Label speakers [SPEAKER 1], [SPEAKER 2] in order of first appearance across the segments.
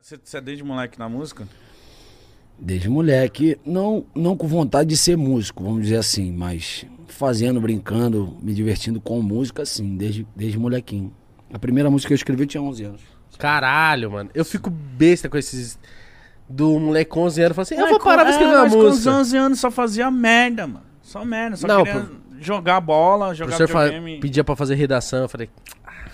[SPEAKER 1] Você você é desde moleque na música?
[SPEAKER 2] Desde moleque, não, não com vontade de ser músico, vamos dizer assim, mas fazendo, brincando, me divertindo com música, sim, desde, desde molequinho. A primeira música que eu escrevi eu tinha 11 anos.
[SPEAKER 3] Caralho, mano. Eu fico besta com esses. Do moleque com 11 anos. Fala assim, eu
[SPEAKER 1] É,
[SPEAKER 3] vou
[SPEAKER 1] com-
[SPEAKER 3] parar pra
[SPEAKER 1] é,
[SPEAKER 3] escrever uma
[SPEAKER 1] mas
[SPEAKER 3] música.
[SPEAKER 1] com os 11 anos só fazia merda, mano. Só merda, só
[SPEAKER 3] Não,
[SPEAKER 1] queria jogar bola,
[SPEAKER 3] O
[SPEAKER 1] jogar
[SPEAKER 3] professor fa-
[SPEAKER 1] videogame.
[SPEAKER 3] pedia pra fazer redação, eu falei. "Ah,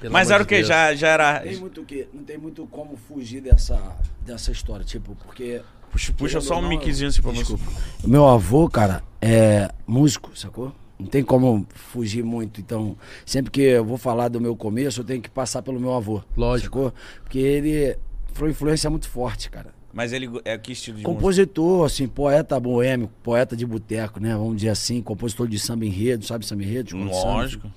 [SPEAKER 3] pelo
[SPEAKER 1] Mas
[SPEAKER 3] amor
[SPEAKER 1] era o
[SPEAKER 3] de
[SPEAKER 1] que?
[SPEAKER 3] Deus."
[SPEAKER 1] Já, já era...
[SPEAKER 2] Não tem muito o quê? Não tem muito como fugir dessa, dessa história, tipo, porque.
[SPEAKER 1] Puxa, puxa só um
[SPEAKER 2] Não,
[SPEAKER 1] miczinho assim pra você.
[SPEAKER 2] Desculpa. Meu avô, cara, é músico, sacou? Não tem como fugir muito. Então, sempre que eu vou falar do meu começo, eu tenho que passar pelo meu avô.
[SPEAKER 3] Lógico.
[SPEAKER 2] Sacou? Porque ele foi uma influência muito forte, cara.
[SPEAKER 1] Mas ele... go- É que estilo de música?
[SPEAKER 2] Compositor, assim, poeta boêmio, poeta de boteco, né? Vamos dizer assim, compositor de samba enredo, sabe samba enredo? Escola de samba,
[SPEAKER 3] né?
[SPEAKER 1] Lógico.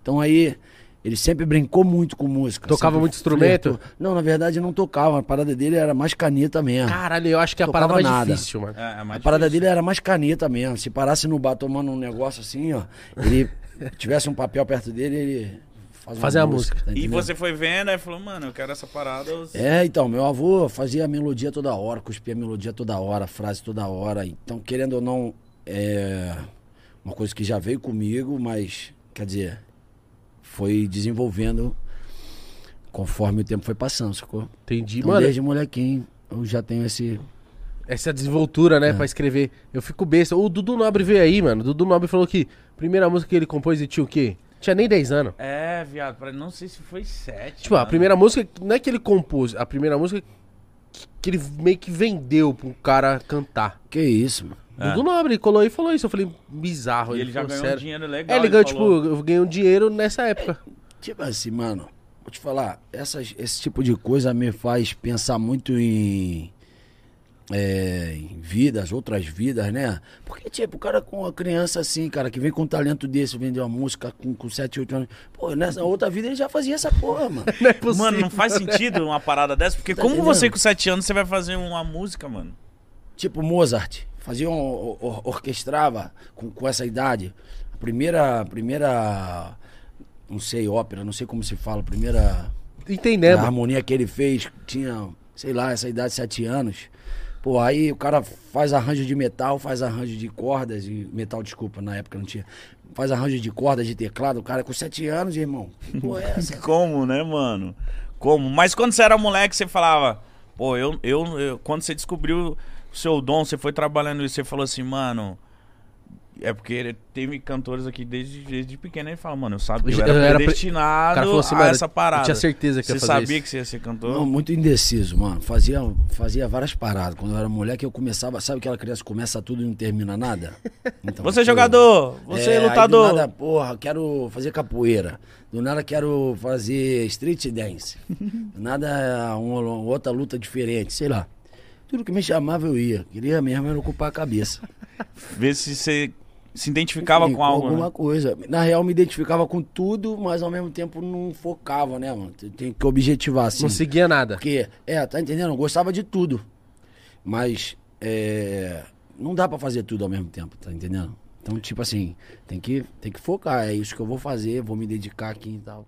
[SPEAKER 2] então aí, ele sempre brincou muito com música.
[SPEAKER 3] Tocava
[SPEAKER 2] sempre
[SPEAKER 3] muito instrumento?
[SPEAKER 2] flertou. Não, na verdade não tocava. A parada dele era mais caneta mesmo.
[SPEAKER 3] Caralho, eu acho que é a
[SPEAKER 2] Tocava
[SPEAKER 3] parada mais
[SPEAKER 2] nada.
[SPEAKER 3] difícil, mano.
[SPEAKER 1] É, é mais
[SPEAKER 2] a parada
[SPEAKER 1] difícil.
[SPEAKER 2] dele era mais caneta mesmo. Se parasse no bar tomando um negócio assim, ó, ele tivesse um papel perto dele, ele fazia,
[SPEAKER 3] Fazia a
[SPEAKER 2] uma
[SPEAKER 3] música.
[SPEAKER 2] música. tá
[SPEAKER 1] E
[SPEAKER 2] entendendo?
[SPEAKER 1] você foi vendo e falou, mano, eu quero essa parada. eu-
[SPEAKER 2] É, então, meu avô fazia a melodia toda hora, cuspia a melodia toda hora, a frase toda hora. Então, querendo ou não, é uma coisa que já veio comigo, mas, quer dizer, foi desenvolvendo conforme o tempo foi passando, sacou?
[SPEAKER 3] Entendi,
[SPEAKER 2] Então,
[SPEAKER 3] mano.
[SPEAKER 2] desde molequinho, eu já tenho esse...
[SPEAKER 3] Essa desenvoltura,
[SPEAKER 1] É.
[SPEAKER 3] né, pra escrever. Eu fico besta. O Dudu Nobre veio aí, mano. O Dudu Nobre falou que a primeira música que ele compôs ele tinha o quê? Tinha nem 10 anos.
[SPEAKER 1] É, viado, pra- não sei se foi sete.
[SPEAKER 3] Tipo, a
[SPEAKER 1] mano.
[SPEAKER 3] primeira música, não é que ele compôs, a primeira música que- que ele meio que vendeu pro cara cantar.
[SPEAKER 2] Que isso, mano?
[SPEAKER 1] É.
[SPEAKER 3] Dudu Nobre colou aí e falou isso. Eu falei, bizarro.
[SPEAKER 1] E ele já
[SPEAKER 3] falou,
[SPEAKER 1] ganhou um
[SPEAKER 3] sério.
[SPEAKER 1] dinheiro legal.
[SPEAKER 3] É, ele ganhou,
[SPEAKER 1] falou.
[SPEAKER 3] tipo, eu ganhei um dinheiro nessa época.
[SPEAKER 2] Tipo assim, mano, vou te falar, essas- esse tipo de coisa me faz pensar muito em, é, em vidas, outras vidas, né? Porque, tipo, o cara com uma criança assim, cara, que vem com um talento desse, vendeu uma música com, com 7, 8 anos, pô, nessa outra vida ele já fazia essa porra, mano.
[SPEAKER 3] Não é possível.
[SPEAKER 1] Mano, não faz sentido uma parada dessa, porque
[SPEAKER 2] Tá
[SPEAKER 1] como você
[SPEAKER 2] entendendo?
[SPEAKER 1] com sete anos você vai fazer uma música, mano?
[SPEAKER 2] tipo Mozart, fazia um, or- or- orquestrava com, com essa idade. A primeira, a primeira, não sei, ópera, não sei como se fala, a primeira... a
[SPEAKER 3] Entendemos.
[SPEAKER 2] harmonia que ele fez tinha, sei lá, essa idade, sete anos. Pô, aí o cara faz arranjo de metal, faz arranjo de cordas, e metal, desculpa, na época não tinha. Faz arranjo de cordas, de teclado, o cara com sete anos, irmão. Pô, é essa.
[SPEAKER 1] Como, né, mano? Como? Mas quando você era moleque, você falava, pô, eu, eu, eu- quando você descobriu o seu dom, você foi trabalhando isso, você falou assim, mano. É porque teve cantores aqui desde, desde pequeno e fala, mano, eu sabia, eu era
[SPEAKER 3] Eu era pre-
[SPEAKER 1] predestinado
[SPEAKER 3] O cara falou assim,
[SPEAKER 1] a
[SPEAKER 3] mano,
[SPEAKER 1] essa parada.
[SPEAKER 3] eu tinha certeza que
[SPEAKER 1] Você
[SPEAKER 3] ia fazer
[SPEAKER 1] sabia
[SPEAKER 3] isso.
[SPEAKER 1] que você ia ser cantor?
[SPEAKER 2] Não, muito indeciso, mano. Fazia, fazia várias paradas. Quando eu era moleque, eu começava. Sabe aquela criança que começa tudo e não termina nada? Então,
[SPEAKER 1] Você é
[SPEAKER 2] pô,
[SPEAKER 1] jogador, você é,
[SPEAKER 2] aí do
[SPEAKER 1] lutador.
[SPEAKER 2] nada, porra, quero fazer capoeira. Do nada quero fazer street dance. Do nada uma, uma outra luta diferente, sei lá. Tudo que me chamava eu ia. Queria mesmo era ocupar a cabeça.
[SPEAKER 1] Ver se você se identificava
[SPEAKER 2] Enfim,
[SPEAKER 1] com algo.
[SPEAKER 2] alguma
[SPEAKER 1] né?
[SPEAKER 2] coisa. Na real, me identificava com tudo, mas ao mesmo tempo não focava, né, mano? Tem- Tem que objetivar, assim.
[SPEAKER 3] Não seguia nada.
[SPEAKER 2] Porque, é, tá entendendo? Eu gostava de tudo. Mas, é, não dá pra fazer tudo ao mesmo tempo, tá entendendo? Então, tipo assim, tem que, tem que focar. É isso que eu vou fazer, vou me dedicar aqui e tal.